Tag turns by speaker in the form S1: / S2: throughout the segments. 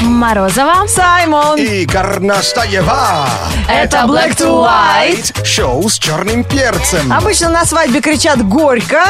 S1: Морозова.
S2: Саймон!
S3: И Горнастаева.
S1: Это Black to White.
S3: Шоу с черным перцем.
S2: Обычно на свадьбе кричат «горько»,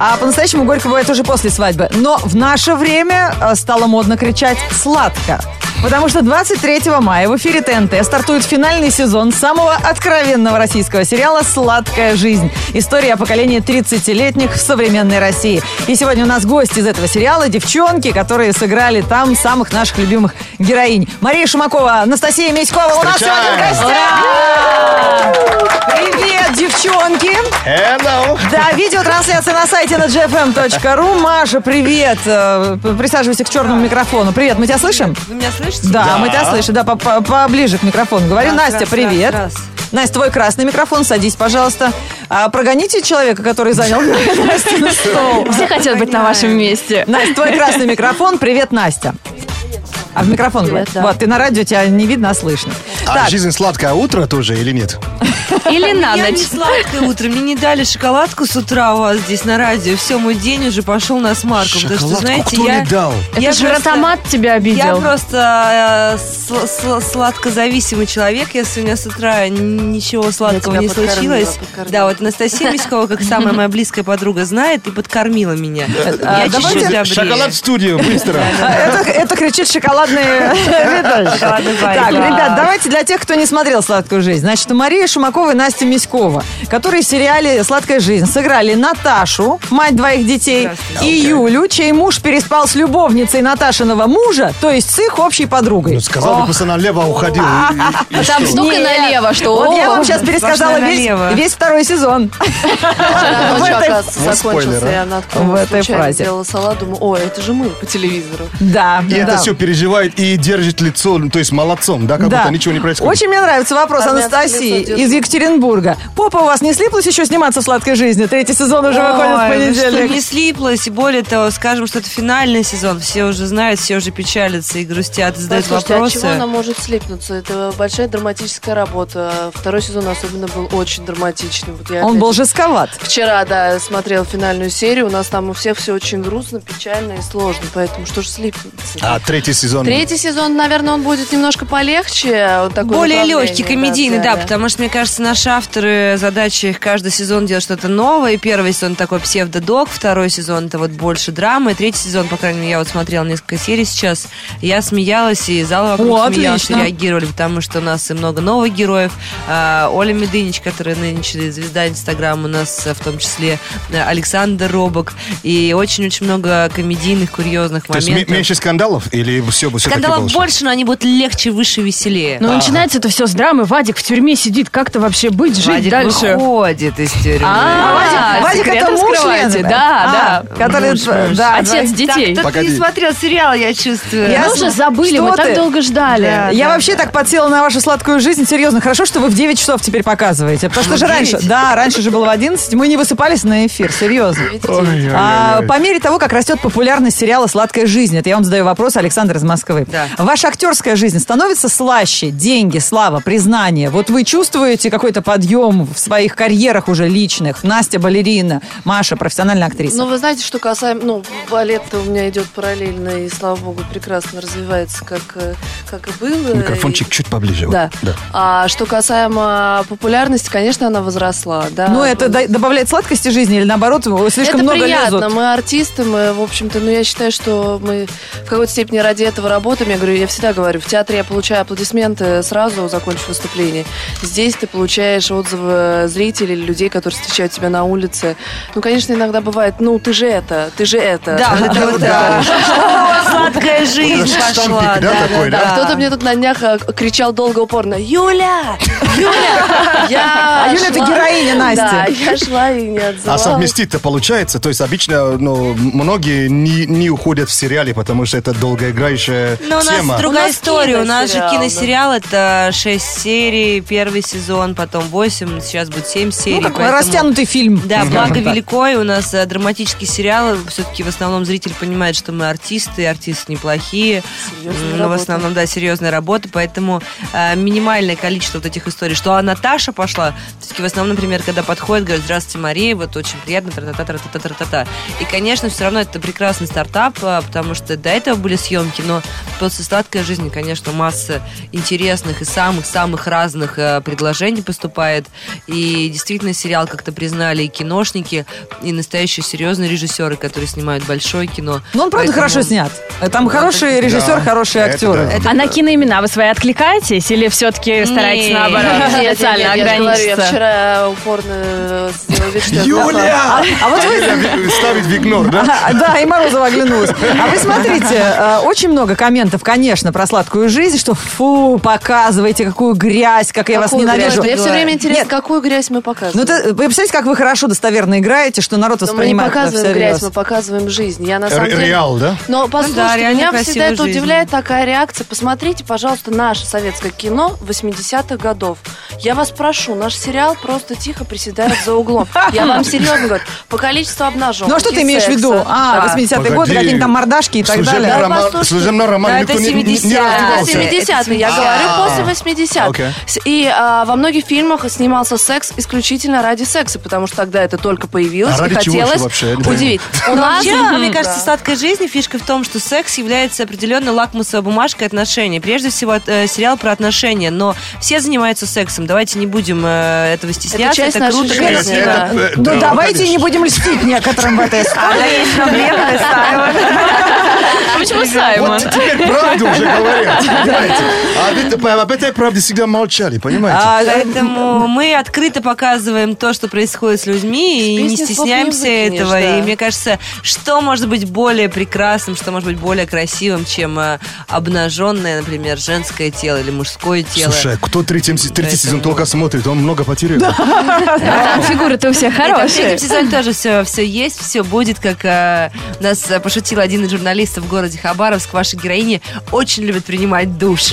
S2: а по-настоящему горько бывает уже после свадьбы. Но в наше время э, стало модно кричать «сладко». Потому что 23 мая в эфире ТНТ стартует финальный сезон самого откровенного российского сериала «Сладкая жизнь». История о поколении 30-летних в современной России. И сегодня у нас гости из этого сериала, девчонки, которые сыграли там самых наших любимых героинь. Мария Шумакова, Анастасия Медькова у нас
S3: Встречаем!
S2: сегодня в гостях. Привет, девчонки!
S3: Hello.
S2: Да, видеотрансляция на сайте на gfm.ru. Маша, привет. Э, Присаживайся к черному микрофону. Привет, мы тебя слышим?
S4: Вы меня слышите?
S2: Да,
S3: Да.
S2: мы тебя слышим. Да, по- по- поближе к микрофону. Говорю,
S4: Раз,
S2: Настя,
S4: раз,
S2: привет.
S4: раз, раз.
S2: Настя, твой красный микрофон, садись, пожалуйста. А, прогоните человека, который занял Настин стол.
S1: Все хотят быть на вашем месте.
S2: Настя, твой красный микрофон. Привет, Настя. А в микрофон говори.
S4: Привет, да.
S2: Вот, ты на радио, тебя не видно, а слышно.
S3: А жизнь сладкое утро тоже или нет?
S1: Или на
S4: Я не
S1: ночь.
S4: сладкое утро. Мне не дали шоколадку с утра у вас здесь на радио. Все, мой день уже пошел на смарку. Потому что,
S3: Шоколадку
S4: знаете,
S3: кто
S4: я...
S3: не дал?
S1: Это же
S4: просто-
S1: ротомат тебя
S4: Я
S1: обидел.
S4: просто э, сл- сл- сладкозависимый человек. Я сегодня с утра н- ничего сладкого
S5: тебя
S4: не
S5: подкормила,
S4: случилось.
S5: подкормила.
S4: Да, вот Анастасия Миськова, как самая моя близкая подруга, знает и подкормила меня. Э, А, Я
S2: давайте-
S4: чуть-чуть добрее.
S3: Шоколад студию, быстро.
S2: А, Это, это кричит шоколадный ведущий.
S4: Шоколадный парень.
S2: Так,
S4: Да.
S2: ребят, давайте для тех, кто не смотрел «Сладкую жизнь». Значит, Мария Шумакова и Настя Миськова, которые в сериале «Сладкая жизнь» сыграли Наташу, мать двоих детей, и Юлю, чей муж переспал с любовницей Наташиного мужа, то есть с их общей подругой.
S3: Ну, сказал бы, пацана налево уходил. и- и- и
S1: Там
S3: что?
S1: столько
S2: Нет.
S1: налево, что...
S2: Вот
S1: о,
S2: я вам сейчас пересказала
S4: Сплошная
S2: весь,
S4: налево.
S2: весь второй сезон.
S5: Да,
S2: В
S5: ночью,
S2: этой-
S5: оказывается,
S3: Вот
S5: закончился,
S3: спойлер, а.
S5: и она
S2: В
S5: открыла
S2: этой
S5: случайно
S2: фразе.
S5: сделала салат, думаю, ой, это же мы по телевизору.
S2: Да,
S3: И это
S2: да.
S3: все переживает и держит лицо, ну, то есть молодцом, да, как
S2: Да.
S3: будто ничего не происходит.
S2: Очень мне нравится вопрос
S5: Армянское
S2: Анастасии
S5: лицо
S2: из Екатеринбурга. Попа у вас не слиплась еще сниматься в «Сладкой жизни»? Третий сезон уже выходит в
S4: Ой, ну
S2: понедельник.
S4: Что не слиплось, и более того, скажем, что это финальный сезон. Все уже знают, все уже печалятся и грустят, и задают
S5: Слушайте, а
S4: вопросы.
S5: чего она может слипнуться? Это большая драматическая работа. Второй сезон особенно был очень драматичный. Вот я
S2: Он
S5: опять
S2: был жестковат.
S5: Вчера, да, смотрел финальную серию. У нас там у всех все очень грустно, печально и сложно. Поэтому что же слипнется?
S3: А третий сезон.
S5: Третий сезон, наверное, он будет немножко полегче. вот такое
S4: более
S5: управление,
S4: легкий, комедийный, да, потому что, мне кажется, наши авторы, задача их каждый сезон делать что-то новое. Первый сезон такой псевдодок, второй сезон это вот больше драмы, третий сезон, по крайней мере, я вот смотрела несколько серий сейчас, я смеялась, и зал вокруг
S2: О,
S4: смеялся,
S2: отлично.
S4: реагировали, потому что у нас и много новых героев. А, Оля Медынич, которая нынче звезда Инстаграма, у нас э, в том числе э, Александр Робок, и очень-очень много комедийных, курьезных
S3: То есть ме-
S4: моментов.
S3: меньше скандалов или все бы все
S4: Скандалов больше, но они будут легче, выше, веселее.
S1: Но Ну, начинается это все с драмы. Вадик в тюрьме сидит. Как то вообще быть, жить
S4: Вадик ну
S1: дальше?
S4: выходит из тюрьмы.
S1: А,
S2: Вадик это
S1: секреты
S2: муж
S1: вскрываете.
S2: Лены?
S1: Да,
S2: А, Который, да,
S1: Отец
S2: да.
S1: детей.
S4: Так, кто-то
S3: Погоди.
S4: не смотрел сериал, я чувствую.
S2: Я-
S1: Мы
S2: Ясно.
S1: уже забыли,
S2: Что
S1: мы
S2: ты?
S1: так долго ждали.
S4: Да.
S2: Я вообще так подсела на вашу сладкую жизнь. Серьезно, хорошо, что вы в 9 часов теперь показываете. Потому что же раньше, да, раньше же было в 11, мы не высыпались на эфир, серьезно.
S5: Видите,
S2: А, по мере того, как растет популярность сериала «Сладкая жизнь», это я вам задаю вопрос, Александр из Москвы.
S4: Да.
S2: Ваша актерская жизнь становится слаще? Деньги, слава, признание. Вот вы чувствуете какой-то подъем в своих карьерах уже личных? Настя балерина, Маша профессиональная актриса.
S5: Ну, вы знаете, что касаемо... Ну, балет у меня идет параллельно, и, слава богу, прекрасно развивается, как, э, как и было.
S3: Микрофончик
S5: И-
S3: чуть поближе. вот.
S5: Да. А что касаемо популярности, конечно, она возросла, да.
S2: Ну, это да- добавляет сладкости жизни или наоборот, слишком
S5: А, Это
S2: много
S5: приятно.
S2: лезут?
S5: Мы артисты, мы, в общем-то, ну, я считаю, что мы в какой-то степени ради этого работаем. Я говорю, я всегда говорю, в театре я получаю аплодисменты сразу, закончив выступление. Здесь ты получаешь отзывы зрителей или людей, которые встречают тебя на улице. Ну, конечно, иногда бывает, ну, ты же это, ты же это.
S4: Ну, Да, вот это вот да. О, сладкая
S3: Вот
S4: жизнь
S3: этот
S4: пошла.
S3: штампик, да, такой, да?
S5: Да, А кто-то мне тут на днях э, кричал долго упорно «Юля! Юля!» Я
S2: А Юля, это
S5: шла-
S2: героиня Насти. Ну,
S5: Да, я шла и не
S3: А
S5: отзывалась.
S3: совместить-то получается? То есть обычно ну, многие не, не уходят в сериале, потому что это долгоиграющая
S4: Но Ну, у нас
S3: тема.
S4: другая
S5: нас
S4: история. У нас же
S5: киносериал, да.
S4: киносериал это 6 серий, первый сезон, сезон, потом 8, сейчас будет 7 серий.
S2: Ну, как
S4: поэтому-
S2: растянутый фильм.
S4: Да, благо
S2: так.
S4: велико, и у нас э, драматические сериалы, все-таки в основном зритель понимает, что мы артисты, и артисты неплохие,
S5: Серьезная
S4: М, Ну, в
S5: работа.
S4: основном, да, серьезная работа, поэтому э, минимальное количество вот этих историй, что а Наташа пошла, все-таки в основном, например, когда подходит, говорит, здравствуйте, Мария, вот очень приятно, тра-та-та, тра-та-та, тра-та-та. И, конечно, все равно это прекрасный стартап, э, потому что до этого были съемки, но после сладкой жизни, конечно, масса интересных и самых-самых разных э, предложений поступает. И действительно, сериал как-то признали и киношники, и настоящие серьезные режиссеры, которые снимают большое кино.
S2: Но Ну, он, правда,
S4: Поэтому-
S2: хорошо снят. Э, Там
S4: Да,
S2: хороший
S4: это-
S2: режиссер,
S3: да,
S2: хорошие
S3: это
S2: актеры.
S3: да.
S4: Это-
S1: А на киноимена вы свои откликаетесь или все-таки стараетесь
S4: Не.
S1: наоборот
S5: Нет, нет,
S1: специально
S5: нет, я же говорю, я
S1: ограничиться?
S5: вчера э, упорно сделала вид, что я знала.
S3: Юля!
S2: А вот вы...
S3: Мария Ставит в игнор, да?
S2: А, Да, и Морозова оглянулась. А вы смотрите, э, очень много комментов, конечно, про сладкую жизнь, что фу, показывайте, какую грязь, как я вас
S5: Какую грязь?
S2: ненавижу.
S5: Мне все время интересно,
S2: Нет.
S5: какую грязь мы
S2: Ну,
S5: показываем.
S2: это- вы представляете, как вы хорошо достоверно играете, что народ
S5: Но Ну, мы не
S2: воспринимает это
S5: показываем грязь, мы
S2: всерьез. показываем
S5: показываем жизнь. Я на самом
S3: Р-
S5: деле...
S3: Реал, да?
S5: Но послушайте,
S4: Ну да, реально
S5: меня
S4: красивая
S5: всегда это
S4: жизнь.
S5: удивляет такая реакция. Посмотрите, пожалуйста, наше советское кино 80-х годов. Я вас прошу, наш сериал просто тихо приседает за углом. Я вам серьезно говорю, по количеству обнаженных.
S2: Ну, а что
S5: и
S2: ты имеешь в
S5: секса.
S2: виду?
S5: Да.
S2: А, 80-е годы,
S3: Погоди.
S2: какие-нибудь там мордашки и так
S3: Служебный
S2: далее.
S3: роман-
S5: послушайте.
S3: служебный роман
S4: Да,
S3: никто
S4: это
S3: не- не- не
S4: 70-е.
S5: Это
S3: раздевался.
S4: Слушай, это
S5: 70-е, я
S4: 70-е.
S5: говорю
S4: А.
S5: после 80-х.
S3: Окей.
S5: С- И а, во многих фильмах снимался секс исключительно ради секса, потому что тогда это только появилось
S3: А ради
S5: и
S3: чего
S5: хотелось
S3: вообще? Я не понимаю.
S5: удивить.
S2: Ну,
S5: У нас,
S4: Вообще, мне
S5: да.
S4: кажется, сладкой жизни фишка в том, что секс является определенной лакмусовой бумажкой отношений. Прежде всего, э, сериал про отношения, но все занимаются сексом. Давайте не будем э, этого стесняться.
S5: часть нашей
S4: круто,
S5: жизни,
S4: красиво.
S5: да.
S3: Э,
S2: Ну,
S3: да,
S2: давайте
S3: конечно.
S2: не будем льстить некоторым в этой стране.
S1: А почему
S3: Вот
S1: Саймон?
S3: теперь правду уже говорят, понимаете? А ведь об, об этой правде всегда молчали, понимаете?
S2: А, э,
S4: Поэтому мы открыто показываем то, что происходит с людьми, и
S5: Песни
S4: не
S5: слов не
S4: стесняемся
S5: выкинешь,
S4: этого.
S5: да.
S4: И мне кажется, что может быть более прекрасным, что может быть более красивым, чем э, обнаженное, например, женское тело или мужское тело.
S3: Слушай, а кто третий, третий
S4: Поэтому-
S3: сезон только смотрит, он много потерял.
S1: Там фигуры-то у всех
S4: Нет, В
S1: хорошие.
S4: третьем сезоне тоже все, все есть, все будет, как э, нас э, пошутил один из журналистов в городе Хабаровск, ваша героиня очень любит принимать душ.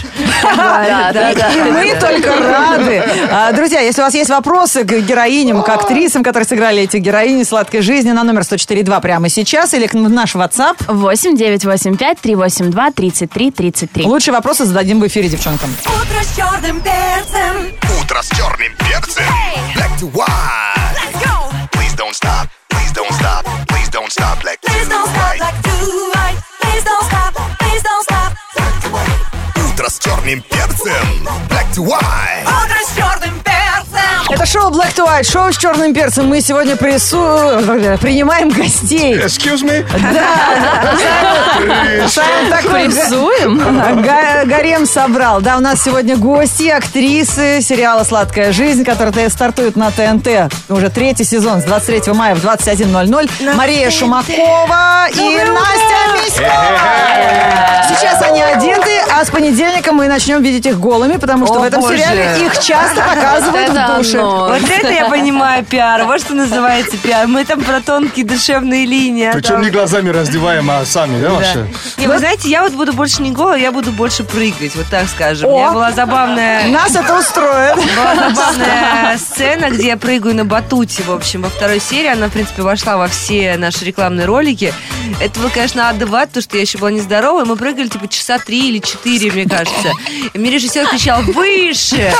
S5: Да, да, да.
S2: И мы только рады. А, Друзья, если у вас есть вопросы к героиням, к актрисам, которые сыграли эти героини сладкой жизни, на номер 104.2 прямо сейчас или к- в наш WhatsApp.
S1: 8 9 8 5 3 8 2 33 33.
S2: Лучшие вопросы зададим в эфире девчонкам.
S6: Утро с черным перцем.
S7: Утро с черным перцем. Black to white.
S6: Let's go.
S7: Please don't stop. Please don't stop. Please don't stop. Black to
S6: Please don't stop
S7: white.
S6: like do right. Please don't stop. Please don't stop.
S7: Утро с черным перцем. Black to white.
S6: Утро с черным перцем.
S2: Это шоу Black to White, шоу с черным перцем. Мы сегодня прису... э, принимаем гостей.
S3: Excuse me?
S2: Сам такой га- га- гарем собрал. Да, у нас сегодня гости, актрисы сериала «Сладкая жизнь», который т- стартует на ТНТ. Уже третий сезон с 23 мая в 21.00. Мария Шумакова и Настя Миськова. Сейчас они одеты, а с понедельника мы начнем видеть их голыми, потому что
S5: О,
S2: в этом
S5: боже.
S2: сериале их часто показывают в
S5: Это
S2: душе.
S5: оно.
S4: Вот это я понимаю пиар, вот что называется пиар. Мы там про тонкие душевные линии. а
S3: Причем
S4: там-
S3: не глазами раздеваем, а сами, да, вообще?
S4: Не, вы знаете, я вот буду больше не голая, я буду больше прыгать, вот так скажем.
S2: О!
S4: У меня была забавная...
S2: Нас это устроит.
S4: Была забавная сцена, где я прыгаю на батуте, в общем, во второй серии. Она, в принципе, вошла во все наши рекламные ролики. Это было, конечно, отдывать, потому что я еще была нездоровая. Мы прыгали, типа, часа три или четыре, мне кажется. И мне режиссер кричал, выше,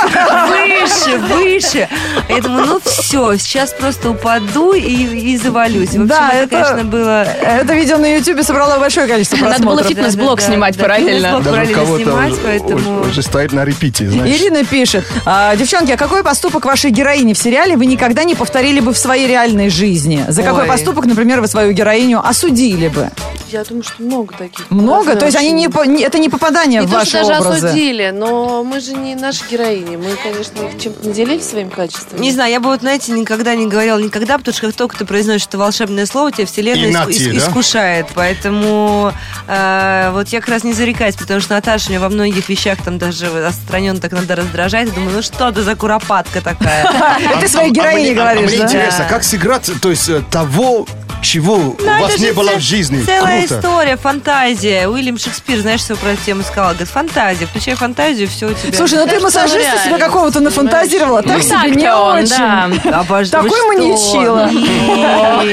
S4: выше, выше. Я думаю, ну все, сейчас просто упаду и, и завалюсь. В общем,
S2: Да,
S4: это,
S2: это-
S4: конечно, было...
S2: Это видео на Ютубе собрало большое количество
S1: Надо было
S2: просмотров.
S1: фи- Фитнес-блог снимать параллельно.
S4: фитнес-блог
S3: Даже ну, у
S4: параллельно
S3: кого-то
S4: снимать,
S3: уже-
S4: поэтому...
S3: уже стоит на репите, знаешь.
S2: Ирина пишет, «А, девчонки, а какой поступок вашей героини в сериале вы никогда не повторили бы в своей реальной жизни? За какой
S4: Ой.
S2: поступок, например, вы свою героиню осудили бы?
S5: Я думаю, что много таких.
S2: Много?
S5: Разные
S2: То есть они
S5: очень.
S2: не, по- не- это не попадание
S5: Не
S2: в
S5: то, что
S2: ваши
S5: даже
S2: образы?
S5: осудили, но мы же не наши героини. Мы, конечно, их чем-то не делились своим качеством.
S4: Не знаю, я бы вот, знаете, никогда не говорила никогда, потому что как только ты произносишь это волшебное слово, тебя вселенная
S3: И на
S4: иску- ис-
S3: тебе, да?
S4: искушает. Поэтому э, вот я как раз не зарекаюсь, потому что Наташа меня во многих вещах там даже отстраненно так надо раздражать. Я думаю, ну что ты за куропатка такая?
S2: Это ты своей
S3: А
S2: героине
S3: мне- а
S2: говоришь,
S3: мне
S2: да?
S3: интересно, как сыграть, то есть э, того, чего
S4: Ну,
S3: у
S4: это
S3: вас
S4: же
S3: не было
S4: ц-
S3: в жизни.
S4: Целая
S3: Круто.
S4: история, фантазия. Уильям Шекспир, знаешь, что про эту тему сказал? Говорит, фантазия, включай фантазию, все у тебя.
S2: Слушай, ну ты
S5: что
S2: массажиста
S5: реально,
S2: себе какого-то нафантазировала, так себе не
S1: Так-то он, да.
S2: очень.
S4: Обож-
S2: такой
S4: Вы
S2: маньячила.
S4: что?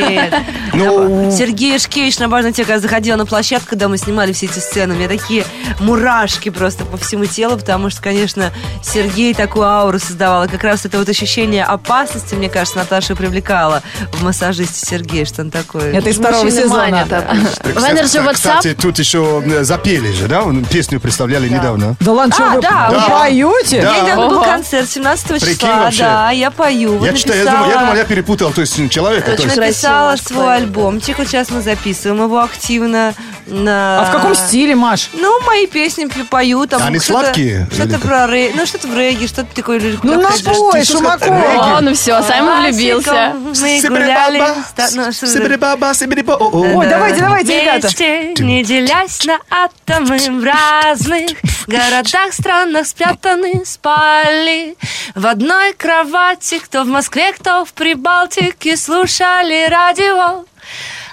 S4: Нет.
S3: Ну,
S4: Сергей Шкевич, на тебя когда заходила на площадку, когда мы снимали все эти сцены, у меня такие мурашки просто по всему телу, потому что, конечно, Сергей такую ауру создавал. И как раз это вот ощущение опасности, мне кажется, Наташа и привлекала в массажисте Сергея, что он такой.
S2: Это из второго
S5: Мужчины
S2: сезона.
S5: манят обычно.
S3: кстати,
S8: В Energy WhatsApp
S3: Кстати, тут еще э, запели же, да? Песню представляли недавно.
S2: Да ладно, что
S4: А,
S2: вы
S4: да,
S2: вы
S3: да.
S2: поете?
S4: У меня недавно был
S5: Ого.
S4: концерт 17
S3: Прикинь
S4: числа,
S3: вообще.
S4: да, я пою. Вот
S3: Я читаю, я
S4: написала-
S3: думал, я думал, я перепутал, то есть человека. То
S5: Точно.
S3: есть,
S4: Написала
S5: Красиво,
S4: свой
S5: шоколадно.
S4: альбомчик, вот сейчас мы записываем его активно. На...
S2: А в каком стиле, Маш?
S4: Ну, мои песни пью- пою. Там
S3: Они
S4: что-то-
S3: сладкие? Или
S4: Что-то
S3: как?
S4: про регги, ну что-то в регги, что-то такое. или
S2: Ну,
S4: как-то
S2: напой,
S3: что сказала?
S2: Шумакова.
S3: Регги.
S1: ну
S8: он все, Саймон влюбился.
S4: Мы гуляли. ста- ну, что-
S3: Сибири-баба, сибири-бо.
S4: Да-да.
S2: Ой, давайте, давайте, ребята.
S4: Вместе, не делясь на атомы в разных городах, странах спрятаны, спали в одной кровати, кто в Москве, кто в Прибалтике, слушали радио.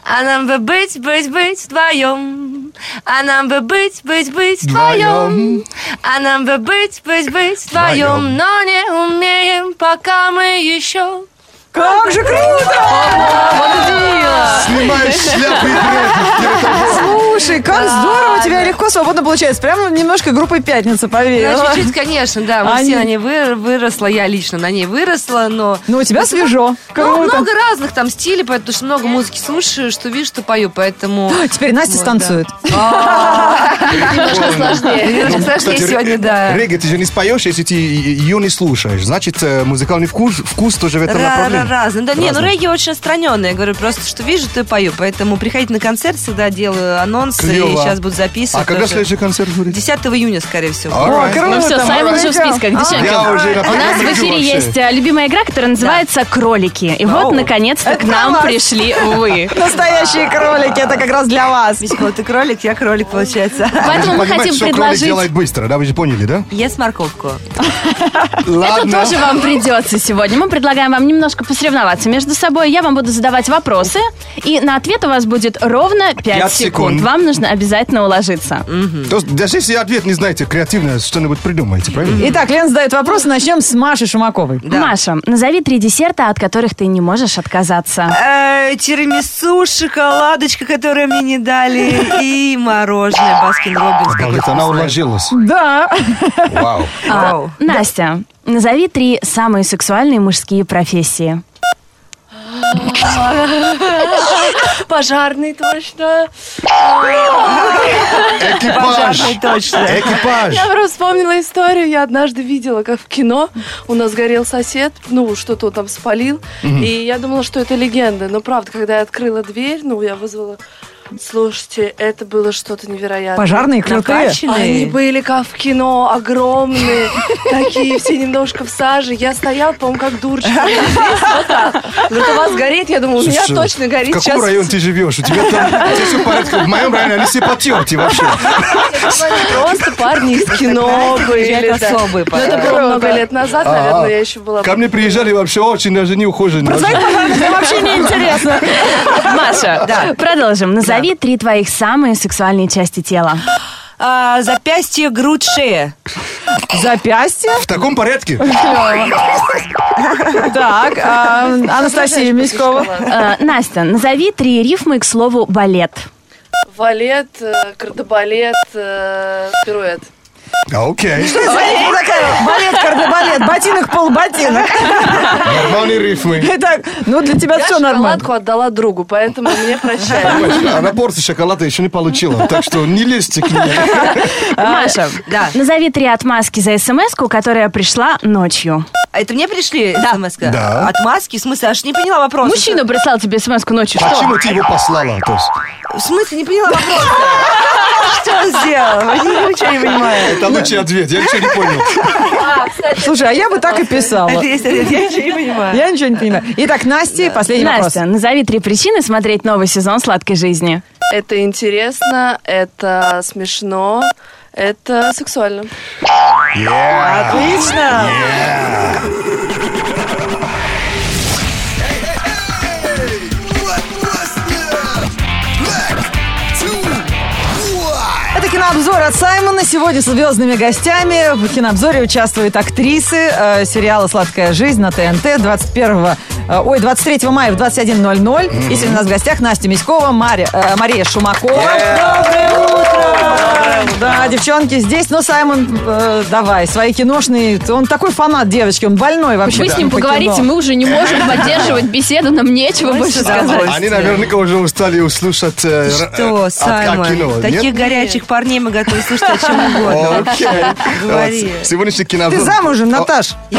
S4: А нам бы быть, быть, быть вдвоем. А нам бы быть, быть, быть вдвоем. А нам бы быть, быть, быть вдвоем. Но не умеем, пока мы еще
S2: Как же круто!
S3: Снимаешь шляпы и бреды.
S2: Слушай, как здорово у тебя легко, свободно получается. Прямо немножко группой «Пятница», поверь.
S4: Ну, чуть-чуть, конечно, да. Мы
S2: Они-
S4: все на ней вы- выросла, я лично на ней выросла, но...
S2: Ну, у тебя свежо.
S4: Ну,
S2: Круто.
S4: много разных там стилей, потому что много музыки слушаю, что вижу, что пою, поэтому...
S2: Теперь Настя
S4: Вот,
S2: станцует.
S4: Немножко сложнее
S3: Ну, Кстати,
S4: сегодня, да.
S3: Рега, ты же не споешь, если ты ее не слушаешь. Значит, э, музыкальный вкус, вкус тоже в этом направлении.
S4: Разно. Да не, ну
S3: Разный.
S4: регги очень отстраненные. Я говорю, просто что вижу, то и пою. Поэтому приходите на концерт, всегда делаю анонсы, и
S3: Клево.
S4: сейчас буду записывать.
S3: А когда
S4: тоже.
S3: следующий концерт А. будет?
S4: 10 июня, скорее всего.
S2: О,
S3: Alright.
S2: круто.
S8: Ну все, Саймон уже в
S2: молодец.
S8: списках, девчонки.
S3: Я уже
S8: У нас в эфире есть э, любимая игра, которая называется «Кролики». И вот, наконец-то, к нам пришли вы.
S2: Настоящие кролики, это как раз для вас.
S4: Мисько, ты кролик, я кролик, получается.
S8: Поэтому мы хотим предложить...
S3: делает быстро, да, вы же поняли, да?
S4: Есть морковку.
S8: Это тоже вам придется сегодня. Мы предлагаем вам немножко посоревноваться между собой. Я вам буду задавать вопросы, и на ответ у вас будет ровно 5,
S3: Пять
S8: секунд.
S3: секунд.
S8: Вам нужно обязательно уложиться.
S3: То есть, Даже если ответ не знаете, креативно что-нибудь придумайте, правильно?
S2: Итак, Лен задает вопрос, начнем с Маши Шумаковой.
S8: Маша, назови три десерта, от которых ты не можешь отказаться.
S4: Э, Тирамису, шоколадочка, которую мне не дали, и мороженое Баскин Робинс. какое
S3: Говорит, она уложилась.
S2: Да.
S3: Вау.
S4: Вау.
S8: Настя, назови три самые сексуальные мужские профессии.
S5: Пожарный точно.
S3: Экипаж.
S4: Пожарный точно.
S3: Экипаж.
S5: Я просто вспомнила историю. Я однажды видела, как в кино у нас горел сосед, ну, что-то он там спалил. И я думала, что это легенда. Но правда, когда я открыла дверь, ну, я вызвала... Слушайте, это было что-то невероятное.
S2: Пожарные крутые.
S5: Они
S4: Накачанные.
S5: были как в кино, огромные, такие все немножко в саже. Я стоял, по-моему, как дурочка. Вот так. Говорит, у вас горит? Я думаю, у меня
S3: Слушай,
S5: точно горит
S3: В каком
S5: сейчас.
S3: районе ты живешь? У тебя там здесь всё в порядке. В моем районе они все потерти вообще.
S5: Просто парни из кино были.
S4: Приезжают
S5: да.
S4: особые
S5: Но это
S4: пожарные.
S5: было много лет назад, наверное, я еще была.
S3: Ко мне приезжали вообще очень даже неухоженные.
S2: Вообще не интересно.
S8: Маша, продолжим. Назови три твоих самые сексуальные части тела.
S4: А, запястье, грудь, шея.
S2: Запястье.
S3: В таком порядке?
S2: Так, а, Анастасия Миськова.
S8: Э, Настя, назови три рифмы к слову балет.
S5: Валет, э, кардебалет, э, пируэт.
S3: А, Окей.
S2: Балет, кардебалет, ботинок, полботинок.
S3: Нормальные рифмы.
S2: Итак, ну для тебя
S5: Я
S2: все нормально.
S5: шоколадку отдала другу, поэтому мне прощают.
S3: Она порции шоколада еще не получила, так что не лезьте к ней.
S8: А, Маша,
S4: да.
S8: назови три отмазки за смс которая пришла ночью.
S4: А это мне пришли смс -ка?
S3: Да.
S4: Отмазки? В смысле, аж не поняла вопрос.
S8: Мужчина прислал тебе смс ночью. Что?
S3: Почему ты А его послала? То есть?
S4: В смысле, не поняла вопрос? Что он сделал? Я ничего не понимаю.
S3: Это лучший ответ, я ничего не понял.
S2: Слушай, а я бы так и писала.
S4: Это есть ответ, я ничего не понимаю.
S2: Я ничего не понимаю. Итак, Настя, последний вопрос.
S8: Настя, назови три причины смотреть новый сезон «Сладкой жизни».
S5: Это интересно, это смешно, это сексуально.
S2: Отлично.
S7: What was
S2: Кинообзор от Саймона. Сегодня с звездными гостями. В кинообзоре участвуют актрисы э, сериала «Сладкая жизнь» на ТНТ 21, э, ой, 23 мая в 21.00. И сегодня у нас в гостях Настя Миськова, Мария, э, Мария Шумакова. Доброе утро! Да, девчонки здесь. Но Саймон, э, давай, свои киношные. Он такой фанат девочки, он больной вообще.
S8: Вы с ним
S2: по кино.
S8: поговорите, мы уже не можем поддерживать беседу, нам нечего больше сказать.
S3: Они наверняка уже устали услышать э, р-
S9: Что,
S3: от- от
S9: Саймон,
S3: кино,
S9: таких
S3: нет?
S9: горячих парней мы готовы слушать о чем угодно.
S3: Окей.
S9: Говори.
S3: Вот, Сегодняшний кинообзор.
S2: Ты замужем, Наташ?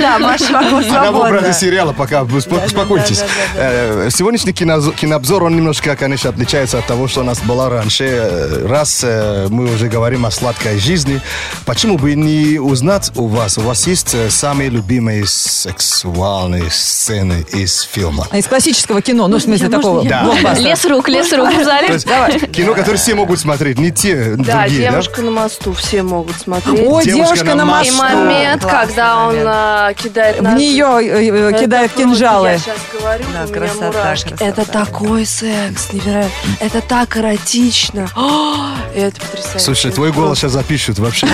S9: Да, Маша, могу
S3: А- Она в
S9: свободно.
S3: образе сериала пока, вы успо- успокойтесь. Э, Сегодняшний кинозо- кинообзор, он немножко, конечно, отличается от того, что у нас было раньше. Э, Раз э, мы уже говорим о сладкой жизни, почему бы не узнать у вас, у вас есть э, самые любимые сексуальные сцены из фильма?
S2: Из классического кино, ну, в смысле, такого.
S3: я? Да.
S2: блокбастера.
S8: Лес рук, лес рук в
S3: То
S8: зале.
S3: есть кино, которое все могут смотреть, не те
S5: Да,
S3: другие, да?
S5: девушка на мосту, все могут смотреть.
S2: О,
S3: Девушка
S2: девушка,
S3: на
S2: на
S5: И
S3: мосту.
S2: мосту.
S5: момент,
S9: Классный
S5: когда он
S9: момент.
S5: а, кидает
S2: В
S5: нас-
S2: нее э, э,
S5: Это
S2: кидают
S5: просто,
S2: кинжалы.
S5: Я сейчас говорю,
S9: Да,
S5: у меня
S9: красота,
S5: мурашки.
S9: красота.
S5: Это такой секс, невероятно. Это так эротично. О, это потрясающе.
S3: Слушай, твой голос сейчас запишут вообще.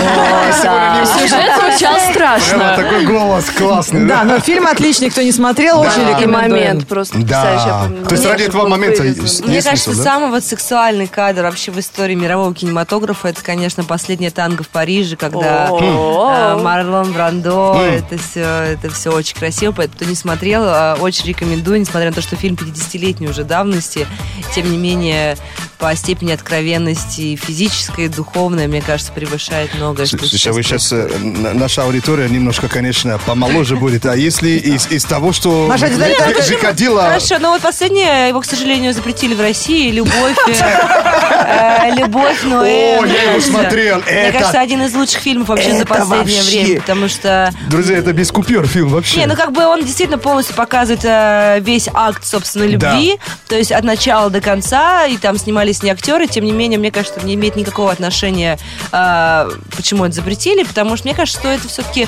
S8: Сюжет звучал
S3: Прямо
S8: страшно.
S3: такой голос классный,
S2: Да,
S3: да?
S2: но фильм отличный, кто не смотрел, очень
S5: И
S2: рекомендуем.
S5: момент
S9: ну,
S5: просто потрясающий. Я
S3: Да.
S5: помню,
S3: То есть ради
S5: как
S3: этого
S5: он
S3: момента
S5: вырезан.
S3: есть
S9: Мне
S3: есть
S9: кажется,
S3: смысл, да?
S9: самый вот сексуальный кадр вообще в истории мирового кинематографа это, конечно, последняя танго в Париже, когда
S5: О.
S9: э, Марлон Брандо, это все, это все очень красиво, поэтому кто не смотрел, э, очень рекомендую, несмотря на то, что фильм 50-летний уже давности, тем не менее по степени откровенности и физической, и духовной, мне кажется, превышает многое. что
S3: Сейчас, вы
S9: сейчас
S3: сейчас наша аудитория немножко, конечно, помоложе будет. А если из, из того, что
S2: Наша
S3: вы-
S2: аудитория
S3: вы- выходила...
S9: Хорошо, но вот последнее, его, к сожалению, запретили в России. Любовь. э, э, Любовь, но...
S3: О, я его смотрел.
S9: Мне
S3: Это-
S9: кажется, один из лучших фильмов вообще за
S3: это
S9: последнее
S3: вообще.
S9: время, потому что...
S3: Друзья, это без купюр фильм вообще.
S9: Не, ну как бы он действительно полностью показывает э, весь акт, собственно, любви. То есть от начала до конца, и там снимались не актеры. Тем не менее, мне кажется, это не имеет никакого отношения, э, почему это запретили. Потому что мне кажется, что это все-таки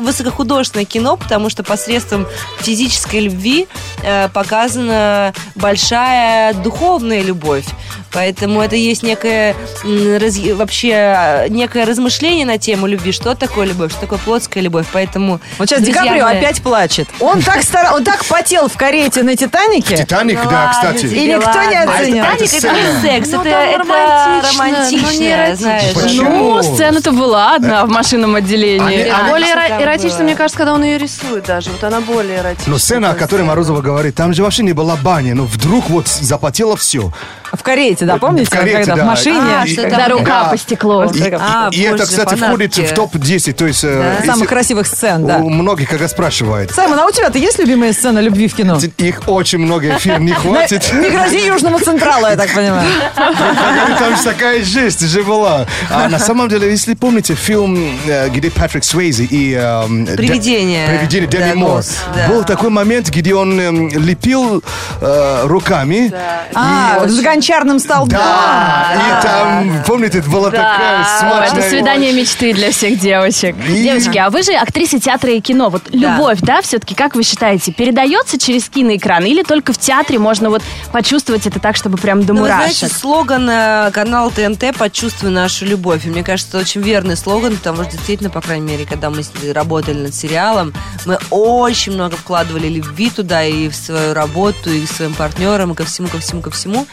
S9: высокохудожественное кино, потому что посредством физической любви э, показана большая духовная любовь. Поэтому это есть некое м, раз- вообще э, некое размышление на тему любви, что такое любовь, что такое плотская любовь. Поэтому
S2: Вот сейчас Ди
S9: Друзья
S2: Каприо
S9: мои.
S2: опять плачет. Он так стара- он так потел в карете на Титанике.
S3: Титаник,
S9: Ну
S3: да,
S9: ладно
S3: кстати.
S9: тебе,
S2: И никто
S9: ладно.
S2: не оценил.
S9: А Титаник
S3: Это
S9: это не
S3: сцена.
S9: секс,
S5: Ну,
S9: это,
S5: там
S9: это
S5: романтично, но не
S9: романтично,
S5: эротично.
S9: знаешь.
S3: Почему?
S8: Ну, сцена-то была одна в машинном отделении.
S5: А более эро-
S9: там
S5: эротично,
S9: было.
S5: мне кажется, когда он ее рисует даже. Вот она более эротична.
S3: Но Ну, сцена, о которой Морозова говорит, там же вообще не была баня, но вдруг вот запотело все.
S2: В карете, да, помните?
S3: В карете,
S2: когда
S3: да.
S2: в машине.
S9: А,
S3: И-
S9: что
S3: и-
S8: Когда
S9: там-
S8: рука
S3: Да.
S8: по стеклу.
S3: И,
S9: А,
S3: и это,
S9: боже,
S3: кстати, входит
S9: фанатки.
S3: в топ-10. То есть, э, если-
S2: А, Самых красивых сцен, да.
S3: у многих, когда спрашивают,
S2: Саймон, а у тебя-то есть любимая сцена любви в кино?
S3: их очень много, эфир не хватит.
S2: Не грози Южному Централу, я так понимаю.
S3: Говорит, Там же такая жесть же была. А на самом деле, если помните фильм, э, где Патрик Суэйзи и... эм, Дэ-
S9: «Привидение».
S3: «Привидение» Дэнни
S9: Да,
S3: Мор.
S9: Гос, да.
S3: Был такой момент, где он эм, лепил э, руками.
S2: А, с гончарным столбом.
S3: Да, и там, помните, была такая
S8: Это
S3: смачная...
S8: свидание мечты для всех девочек.
S3: И-
S8: Девочки, а вы же актрисы театра и кино. Вот любовь, да, все-таки, как вы считаете, передается через киноэкран или только в театре можно вот почувствовать это так, чтобы прям до
S9: Ну, вы знаете,
S8: мурашек?
S9: слоган э, канала ТНТ «Почувствуй нашу любовь». И мне кажется, это очень верный слоган, потому что действительно, по крайней мере, когда мы с- работали над сериалом, мы очень много вкладывали любви туда и в свою работу, и к своим партнерам, и ко всему, ко всему, ко всему.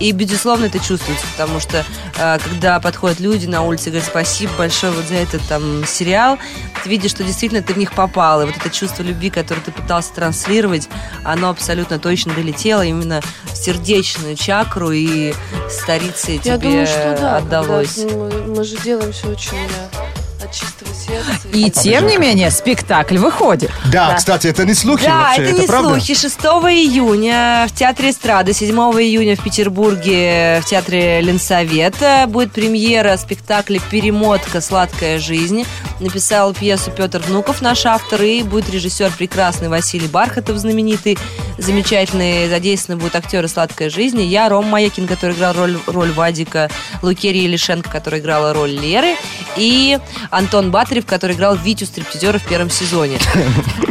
S9: И, безусловно, это чувствуется, потому что э, когда подходят люди на улице и говорят «Спасибо большое вот за этот там сериал», ты видишь, что действительно ты в них попал. И вот это чувство любви, которое ты пытался транслировать, оно абсолютно точно долетело именно в сердечную чакру и старице тебе
S5: Я думаю, что да. когда
S9: отдалось.
S5: Мы, мы же делаем все очень э, от чистого сердца.
S2: И тем не менее, спектакль выходит.
S3: Да, кстати, это не слухи
S9: Да,
S3: вообще,
S9: это,
S3: это
S9: не
S3: правда.
S9: слухи. 6 июня в Театре эстрады, 7 июня в Петербурге в Театре Ленсовета будет премьера спектакля «Перемотка. Сладкая жизнь». Написал пьесу Петр Внуков, наш автор, и будет режиссер прекрасный Василий Бархатов, знаменитый, замечательный. Задействованы будут актеры «Сладкой жизни». Я, Ром Маякин, который играл роль, роль Вадика, Лукерия Лишенко, которая играла роль Леры, и Антон Батов, Писарев, который играл Витю стриптизера в первом сезоне.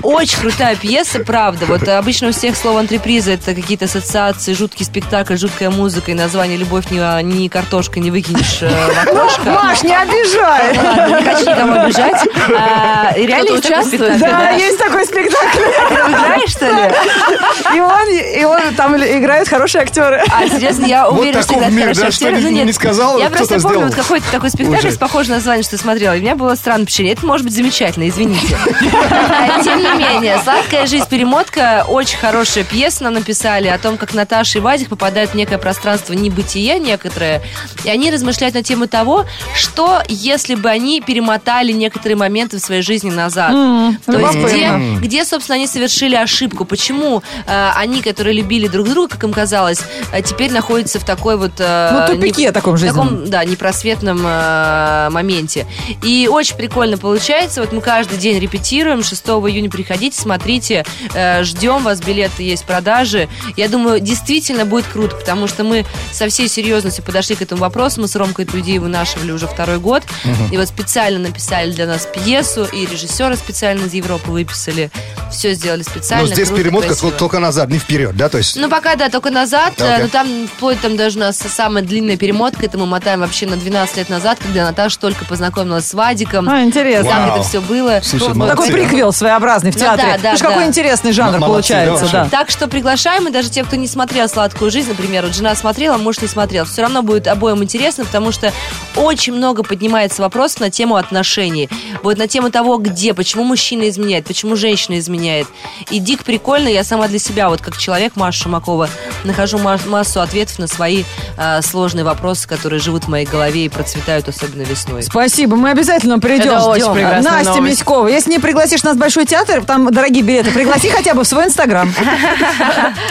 S9: Очень крутая пьеса, правда. Вот э, обычно у всех слово антреприза это какие-то ассоциации, жуткий спектакль, жуткая музыка и название «Любовь не, не картошка, не выкинешь э, в окошко».
S2: Маш, не обижай.
S9: Ладно, Не хочу никому обижать. А, и реально
S5: Кто-то
S9: есть такой
S5: участвует?
S9: спектакль,
S2: Да, есть такой спектакль.
S9: Ты там играешь, что ли?
S2: И он, и он там играют хорошие актеры.
S9: А, серьезно, я
S3: Вот
S9: уверена, что
S3: таков
S9: играет
S3: мир,
S9: хорошо
S3: да,
S9: актер.
S3: что не-
S9: Ну, нет,
S3: не сказал,
S9: Я
S3: кто-то
S9: просто помню,
S3: сделал.
S9: вот какой-то такой спектакль
S3: Уже.
S9: с похожим названием, что я смотрела. И у меня было странное впечатление. Это может быть замечательно, извините. А, Тем не менее, «Сладкая жизнь. Перемотка» очень хорошая пьеса нам написали о том, как Наташа и Вадик попадают в некое пространство небытия некоторое. И они размышляют на тему того, что если бы они перемотали некоторые моменты в своей жизни назад. То есть где,
S2: любопытно.
S9: где, собственно, они совершили ошибку? Почему э, они, которые любили друг друга, как им казалось, э, теперь находятся в такой вот... э,
S2: Ну, тупике таком жизненном.
S9: таком, да, непросветном э, моменте. И очень прикольно получается. Вот мы каждый день репетируем. 6 июня приходите, смотрите. э, ждем вас. Билеты есть, продажи. Я думаю, действительно будет круто, потому что мы со всей серьезностью подошли к этому вопросу. Мы с Ромкой Тудеевой нашивали уже второй год. И вот специально написали для нас пьесу. И режиссера специально из Европы выписали. Все сделали специально.
S3: Но Ну, здесь
S9: круто,
S3: перемотка
S9: красиво.
S3: только, только назад, не вперед, да? То есть
S9: Ну, пока, да, только назад.
S3: Да,
S9: Э,
S3: окей.
S9: Но там, вплоть там даже у нас самая длинная перемотка. Это мы мотаем вообще на 12 лет назад, когда Наташа только познакомилась с Вадиком.
S2: А, интересно.
S9: Там
S3: Вау.
S9: это все было.
S3: Слушай,
S9: Вот.
S3: молодцы.
S2: Такой приквел своеобразный в
S9: Ну
S2: театре.
S9: да, да,
S2: Видишь, какой
S9: да.
S2: интересный жанр
S3: Молодцы,
S2: получается,
S3: да,
S2: да.
S9: Так что приглашаем, и даже те, кто не смотрел «Сладкую жизнь», например, вот жена смотрела, муж не смотрел, все равно будет обоим интересно, потому что очень много поднимается вопросов на тему отношений. Вот на тему того, где, почему мужчина изменяет, почему женщина изменяет. И дик прикольно, я сама для себя, вот как человек Маша Шумакова, нахожу ма- массу ответов на свои э, сложные вопросы, которые живут в моей голове и процветают особенно весной.
S2: Спасибо, мы обязательно придем.
S8: Это очень
S2: Ждем.
S8: прекрасная
S2: Настя
S8: новость.
S2: Миськова, если не пригласишь нас в Большой театр, там дорогие билеты, пригласи хотя бы в свой Инстаграм.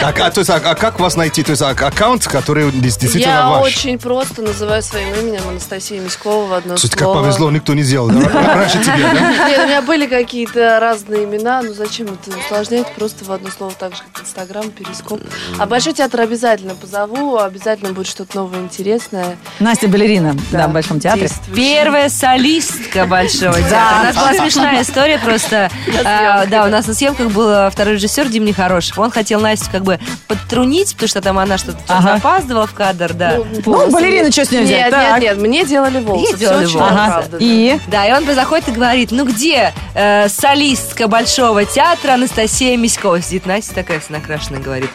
S3: А, а, то есть, а, а как вас найти? То есть а, аккаунт, который дес- действительно
S5: Я
S3: ваш.
S5: очень просто называю своим именем Анастасия Миськова в одно
S3: Слушайте, как
S5: слово.
S3: повезло, никто не сделал. да? Раньше тебе, да?
S5: Нет, у меня были какие-то разные имена, но зачем это усложнять? Просто в одно слово так же, как Инстаграм, Перископ. А Большой театр обязательно позову, обязательно будет что-то новое, интересное.
S2: Настя балерина, да,
S5: Да,
S2: в Большом театре.
S5: действующее.
S9: Первая солистка Большого театра. У нас была смешная история просто. А, Да, у нас на съемках был э, второй режиссер Дим Нехорошев. Он хотел Настю как бы подтрунить, потому что там она что-то там
S2: Ага.
S9: запаздывала в кадр, да.
S2: Ну, балерина, что с ней взять?
S5: Нет,
S2: Так.
S5: нет, нет, мне делали волосы.
S9: Ей делали
S5: Все очень
S9: волосы.
S2: Ага.
S5: правда.
S2: И?
S9: Да, и он заходит и говорит, ну где э, солистка Большого театра Анастасия Миськова? Сидит Настя такая вся накрашенная, говорит,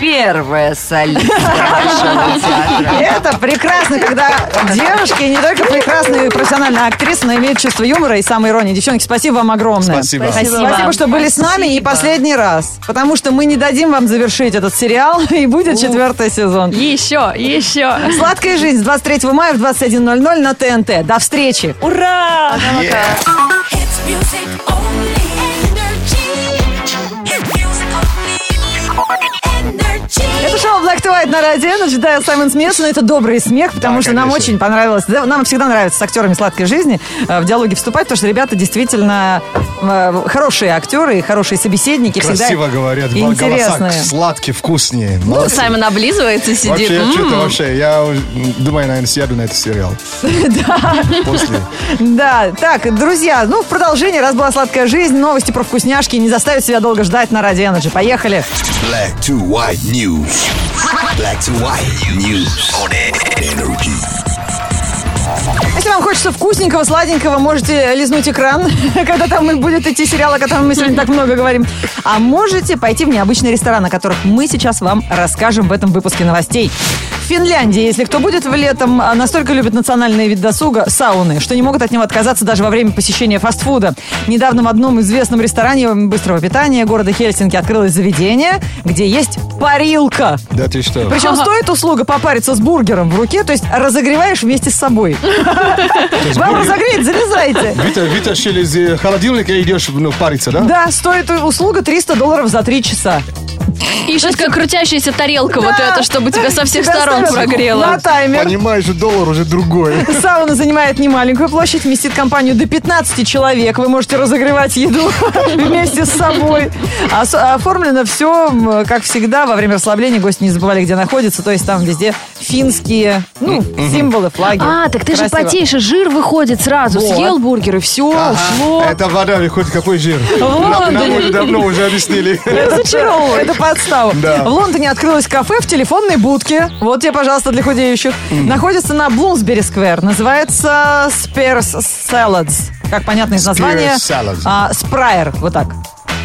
S9: первая солистка.
S2: Это прекрасно, когда девушки не только прекрасные профессиональные актрисы, но имеют чувство юмора и самоиронии. Девчонки, спасибо вам огромное.
S3: Спасибо.
S8: Спасибо.
S2: Спасибо, что были с нами и
S9: Спасибо.
S2: последний раз, потому что мы не дадим вам завершить этот сериал, и будет четвертый сезон.
S8: Еще, еще.
S2: «Сладкая жизнь» с 23 мая в 21.00 на ТНТ. До встречи!
S9: Ура!
S6: Hits music only. Energy. Hits music only. Energy.
S2: Это шоу Black to White на радио. Начитаю Саймон Смит. Но это добрый смех, потому
S3: Да,
S2: что нам
S3: конечно.
S2: очень понравилось. Да, Нам всегда нравится с актерами сладкой жизни э, в диалоги вступать, потому что ребята действительно э, хорошие актеры и хорошие собеседники. всегда
S3: Красиво говорят, гол- голоса
S2: Интересные.
S3: сладкий, вкуснее. Молодцы.
S8: Саймон облизывается, сидит.
S3: Вообще, я
S8: М.
S3: что-то вообще, я уж, м, думаю, наверное, сяду на этот сериал. После.
S2: Да, так, друзья, ну, в продолжение, раз была сладкая жизнь, новости про вкусняшки не заставят себя долго ждать на Радио Energy. Поехали!
S7: Black to white news. Black to white news on energy.
S2: Если вам хочется вкусненького, сладенького, можете лизнуть экран, когда там и будет идти сериал, о котором мы сегодня так много говорим. А можете пойти в необычный ресторан, о которых мы сейчас вам расскажем в этом выпуске новостей. В Финляндии, если кто будет в летом, а, настолько любит национальный вид досуга – сауны, что не могут от него отказаться даже во время посещения фастфуда. Недавно в одном известном ресторане быстрого питания города Хельсинки открылось заведение, где есть парилка.
S3: Да ты что?
S2: Причем стоит услуга попариться с бургером в руке, то есть разогреваешь вместе с собой. Вам разогреть, залезайте.
S3: Вита- Вытащили из э, холодильника и идешь ну, париться, да?
S2: Да, стоит услуга 300 долларов за 3 часа.
S8: Ищет, как крутящаяся тарелка вот эта, чтобы тебя со всех
S2: Тебя
S8: сторон
S2: ставят
S8: прогрела.
S2: На таймер.
S3: Понимаешь, доллар уже другой.
S2: Сауна занимает немаленькую площадь, вместит компанию до 15 человек. Вы можете разогревать еду вместе с собой. Ос- Оформлено все, как всегда, во время расслабления гости не забывали, где находится. То есть там везде финские ну, символы, флаги.
S1: А, так ты же
S2: Красиво.
S1: потеешь, и жир выходит сразу.
S2: Вот.
S1: Съел бургер, и все, ушло.
S3: Это вода выходит какой жир. Нам нам уже давно уже объяснили.
S2: Разочаровывает. Это подстава.
S3: Да.
S2: В Лондоне открылось кафе в телефонной будке. Вот тебе, пожалуйста, для худеющих. Находится на Блумсбери-сквер. Называется Spears Salads. Как понятно из названия.
S3: Salads.
S2: а, Спрайер. Вот так.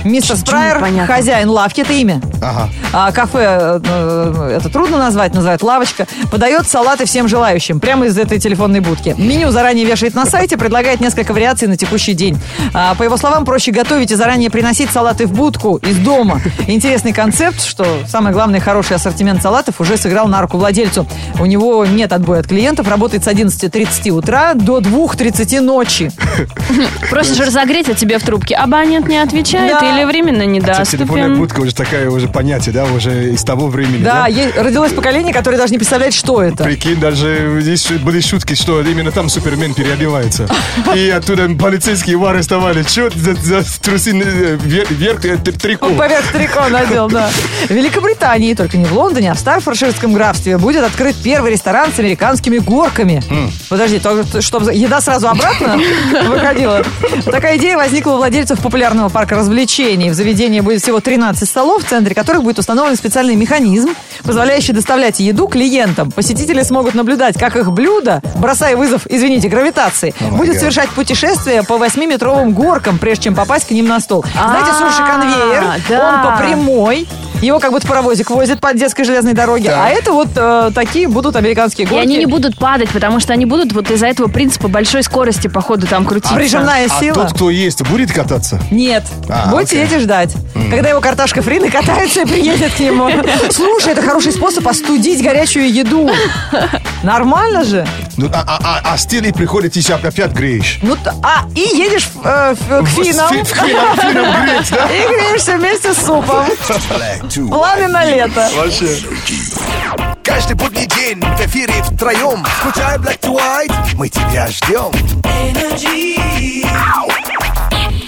S2: Мистер Спрайер,
S1: непонятно?
S2: хозяин лавки, это имя.
S3: Ага.
S2: А кафе, э, это трудно назвать, называют лавочка, подает салаты всем желающим, прямо из этой телефонной будки. Меню заранее вешает на сайте, предлагает несколько вариаций на текущий день. А, по его словам, проще готовить и заранее приносить салаты в будку из дома. Интересный концепт, что самое главное, хороший ассортимент салатов уже сыграл на руку владельцу. У него нет отбоя от клиентов, работает с 11.30 утра до 2.30 ночи.
S8: Просишь разогреть, а тебе в трубке. Абонент не отвечает
S2: Да.
S8: или временно
S3: Кстати, Телефонная
S8: недоступен.
S3: будка уже такая уже понятие, да, уже из того времени.
S2: Да,
S3: Да,
S2: е- родилось поколение, которое даже не представляет, что это.
S3: Прикинь, даже здесь шу- были шутки, что именно там Супермен переодевается. И оттуда полицейские его арестовали. Че за, за трусы э, вер- вверх э, тр- трико?
S2: Он поверх трико надел, да. В Великобритании, только не в Лондоне, а в Старфорширском графстве будет открыт первый ресторан с американскими горками. Подожди, чтобы еда сразу обратно выходила? Такая идея возникла у владельцев популярного парка развлечений. В заведении будет всего 13 столов, в центре которых будет установлен специальный механизм, позволяющий доставлять еду клиентам. Посетители смогут наблюдать, как их блюдо, бросая вызов, извините, гравитации, будет
S3: God.
S2: совершать путешествие по 8-метровым горкам, прежде чем попасть к ним на стол. Знаете,
S1: А,
S2: суши-конвейер,
S1: да.
S2: он по прямой, его как будто паровозик возит по детской железной дороге, а это вот э, такие будут американские
S8: И
S2: горки.
S8: они не будут падать, потому что они будут вот из-за этого принципа большой скорости, походу, там крутиться.
S2: Прижимная
S3: А
S2: сила.
S3: тот, кто есть, будет кататься?
S2: Нет.
S3: А,
S2: Будете
S3: окей.
S2: сидеть и ждать. Когда его карташка фри накатается и приедет к нему. Слушай, это хороший способ остудить горячую еду. Нормально же.
S3: Ну, а, а, а- а стиль и приходит, и сейчас опять греешь.
S2: Ну, т- а, и едешь э, в- к финам
S3: Фи- финам, финам греть, да?
S2: и греешься вместе с супом.
S7: Black to
S2: Планы на лето.
S3: Вообще.
S7: Каждый будний день в эфире втроем. Включай Black to White, мы тебя ждем. Ау.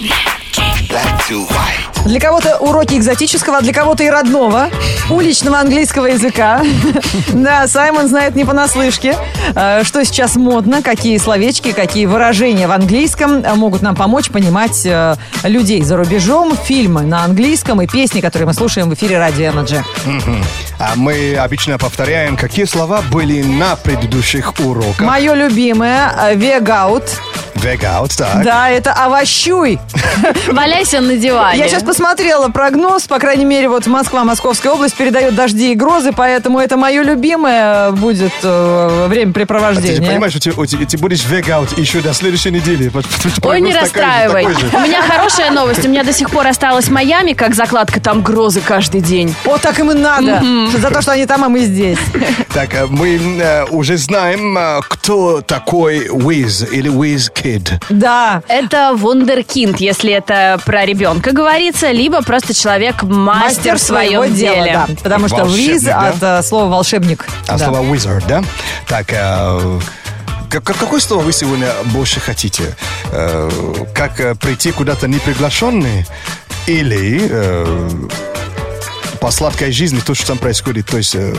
S7: Black to White.
S2: Для кого-то уроки экзотического, а для кого-то и родного, уличного английского языка. Да, Саймон знает не понаслышке, э, что сейчас модно, какие словечки, какие выражения в английском э, могут нам помочь понимать э, людей за рубежом, фильмы на английском и песни, которые мы слушаем в эфире радио Energy.
S3: А мы обычно повторяем, какие слова были на предыдущих уроках.
S2: Мое любимое э, «Вегаут».
S3: Вегаут, так.
S2: Да, это «Овощуй».
S8: Валяйся на диване.
S2: Я сейчас посмотрела прогноз, по крайней мере, вот Москва, Московская область передает дожди и грозы, поэтому это мое любимое будет э,
S3: А ты же
S2: времяпрепровождение.
S3: понимаешь, что ты, у тебя- ты будешь вегаут еще до следующей недели. потому что
S8: Ой, не
S3: прогноз такой
S8: расстраивай.
S3: ну, же, такой же.
S8: У меня хорошая новость. У меня до сих пор осталась Майами, как закладка, там грозы каждый день.
S2: вот так им и надо. Что За то, что они там, а мы здесь.
S3: Так, э, мы э, уже знаем, э, кто такой Уиз или Уиз Кид.
S2: Да.
S8: Это вундеркинд, если это про ребенка говорится, либо просто человек мастер, в своем деле.
S2: да. Потому что
S3: Волшебник,
S2: Лиз
S3: да?
S2: от э, слова волшебник.
S3: А
S2: Да.
S3: слово wizard, да? Так, э, как- как- какое слово вы сегодня больше хотите? Э, как э, прийти куда-то неприглашенный или э, по сладкой жизни то, что там происходит, то есть э,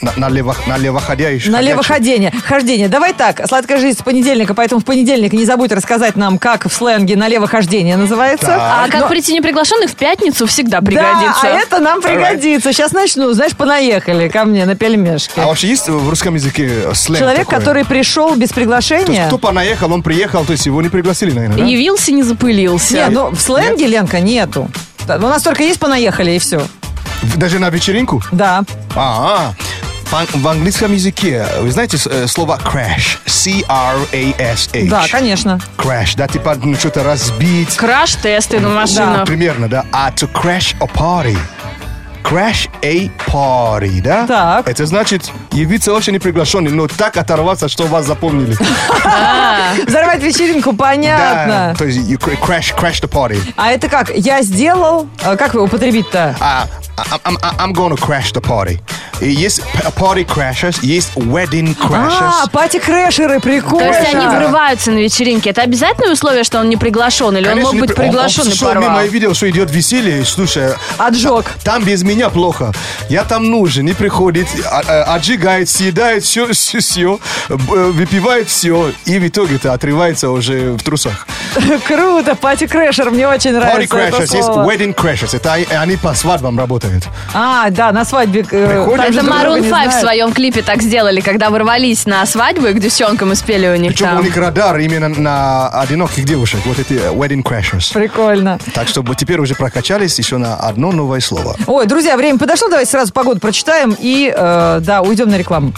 S3: на, налево, налевоходящий-
S2: Налевоходение. Хождение. Давай так, сладкая жизнь с понедельника, поэтому в понедельник не забудь рассказать нам, как в сленге налевохождение называется. Ну,
S8: А как прийти неприглашенных в пятницу всегда пригодится.
S2: Да, а это нам пригодится. Сейчас начну, знаешь, понаехали ко мне на пельмешке.
S3: А вообще есть в русском языке э, сленг
S2: Человек,
S3: такой?
S2: который пришел без
S3: То есть
S2: приглашения.
S3: кто понаехал, он приехал, то есть его не пригласили, наверное, да?
S8: Явился, не запылился.
S2: Нет, ну в сленге, Ленка, нету. Да, У нас только есть понаехали, и все.
S3: В- Даже на вечеринку?
S2: Да.
S3: А, в, в английском языке, вы знаете с- э, слово crash? C-R-A-S-H.
S2: Да, конечно.
S3: Crash, да, типа ну, что-то разбить.
S8: Краш-тесты на машинах.
S3: Примерно, да. А to crash a party. Crash a party, да?
S2: Так.
S3: Это значит явиться очень неприглашенный, но так оторваться, что вас запомнили.
S2: Взорвать вечеринку, понятно.
S3: Да, то есть you cra- crash, crash the party.
S2: А это как? Я сделал... а Как вы употребить-то?
S3: А, I- I'm, I'm- I'm gonna crash the party. И Есть п- party crashers, есть wedding crashers.
S2: А, пати-крэшеры,
S8: То
S2: прикольно.
S8: есть они врываются на вечеринке. Это обязательное условие, что он не приглашен? Или он
S3: Конечно,
S8: мог
S3: не
S8: быть
S3: при- он-
S8: приглашен
S3: Он
S8: и
S3: шел
S8: порвал?
S3: мимо и видел, что идет веселье. и, Слушай,
S2: Отжег.
S3: там без меня плохо. Я там нужен, не приходит, а- а- отжигает, съедает все, все, все, выпивает все, и в итоге-то отрывается уже в трусах.
S2: Круто, пати-крэшер, мне очень
S3: Party
S2: нравится это
S3: crashers, есть
S2: слово.
S3: wedding crashers. Это они- они по свадьбам работают.
S2: А, да, на свадьбе. э,
S3: Приходишь,
S2: там же
S8: Это
S2: друг друга
S8: Maroon
S2: не
S8: 5 в
S2: знают.
S8: своем клипе так сделали, когда ворвались на свадьбу и к девчонкам и спели у них
S3: Причем у
S8: там.
S3: них радар именно на одиноких девушек. Вот эти wedding crashers.
S2: Прикольно.
S3: Так что мы теперь уже прокачались еще на одно новое слово.
S2: Ой, друзья, время подошло, давайте сразу погоду прочитаем и, э, да, уйдем на рекламу.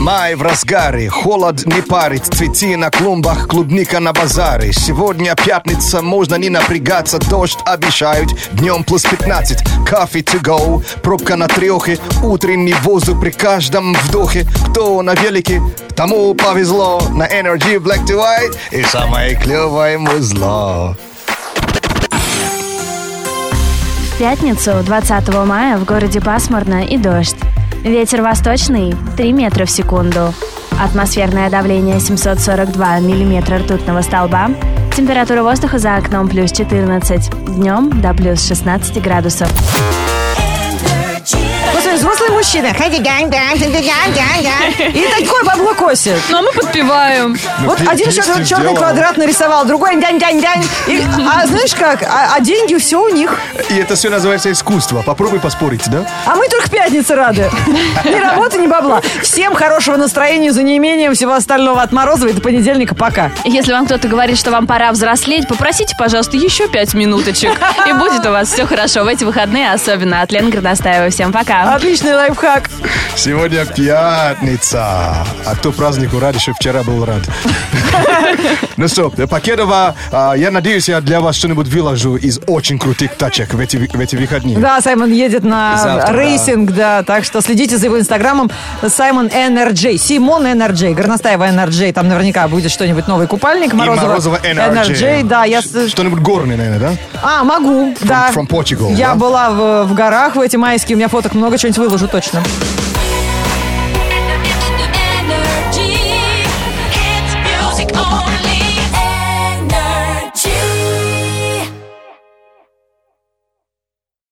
S3: Май в разгаре, холод не парит, цветы на клумбах, клубника на базаре. Сегодня пятница, можно не напрягаться, дождь обещают, днем плюс 15. Кофе to go, пробка на трехе, утренний воздух при каждом вдохе. Кто на велике, тому повезло, на Energy Black to White и самое клевое музло.
S10: В пятницу, 20 мая, в городе пасмурно и дождь. Ветер восточный 3 метра в секунду. Атмосферное давление 742 миллиметра ртутного столба. Температура воздуха за окном плюс 14. Днем до плюс 16 градусов.
S2: Вот смотри, взрослый мужчина. И такой бабло косит.
S8: Ну, а мы подпеваем.
S2: Вот
S3: Ну, ты-
S2: один
S3: ты
S2: черный,
S3: всё
S2: черный
S3: сделала.
S2: квадрат нарисовал, другой дянь-дянь-дянь. И- А знаешь как? А, а деньги все у них.
S3: И это все называется искусство. Попробуй поспорить, да?
S2: А мы только пятницы рады. Ни работы, ни бабла. Всем хорошего настроения за неимением всего остального от Морозова и до понедельника. Пока.
S8: Если вам кто-то говорит, что вам пора взрослеть, попросите, пожалуйста, еще пять минуточек. И будет у вас все хорошо в эти выходные, особенно от Лены Горностаева. Всем пока.
S2: Отличный лайфхак.
S3: Сегодня пятница. А кто празднику рад, еще вчера был рад. Ну что, Пакедова, а, я надеюсь, я для вас что-нибудь выложу из очень крутых тачек в эти, в эти выходные.
S2: Да, Саймон едет на
S3: Завтра,
S2: рейсинг, да. так что следите за его инстаграмом Саймон NRJ, Симон NRJ, Горностаева NRJ, там наверняка будет что-нибудь новый купальник
S3: И
S2: Морозова.
S3: Морозова NRJ.
S2: да, я...
S3: Ш-
S2: с-
S3: Что-нибудь горное, наверное, да?
S2: А, могу, да.
S3: from Portugal,
S2: Я
S3: да?
S2: была в, в горах в эти майские, у меня фоток много, что-нибудь выложу точно.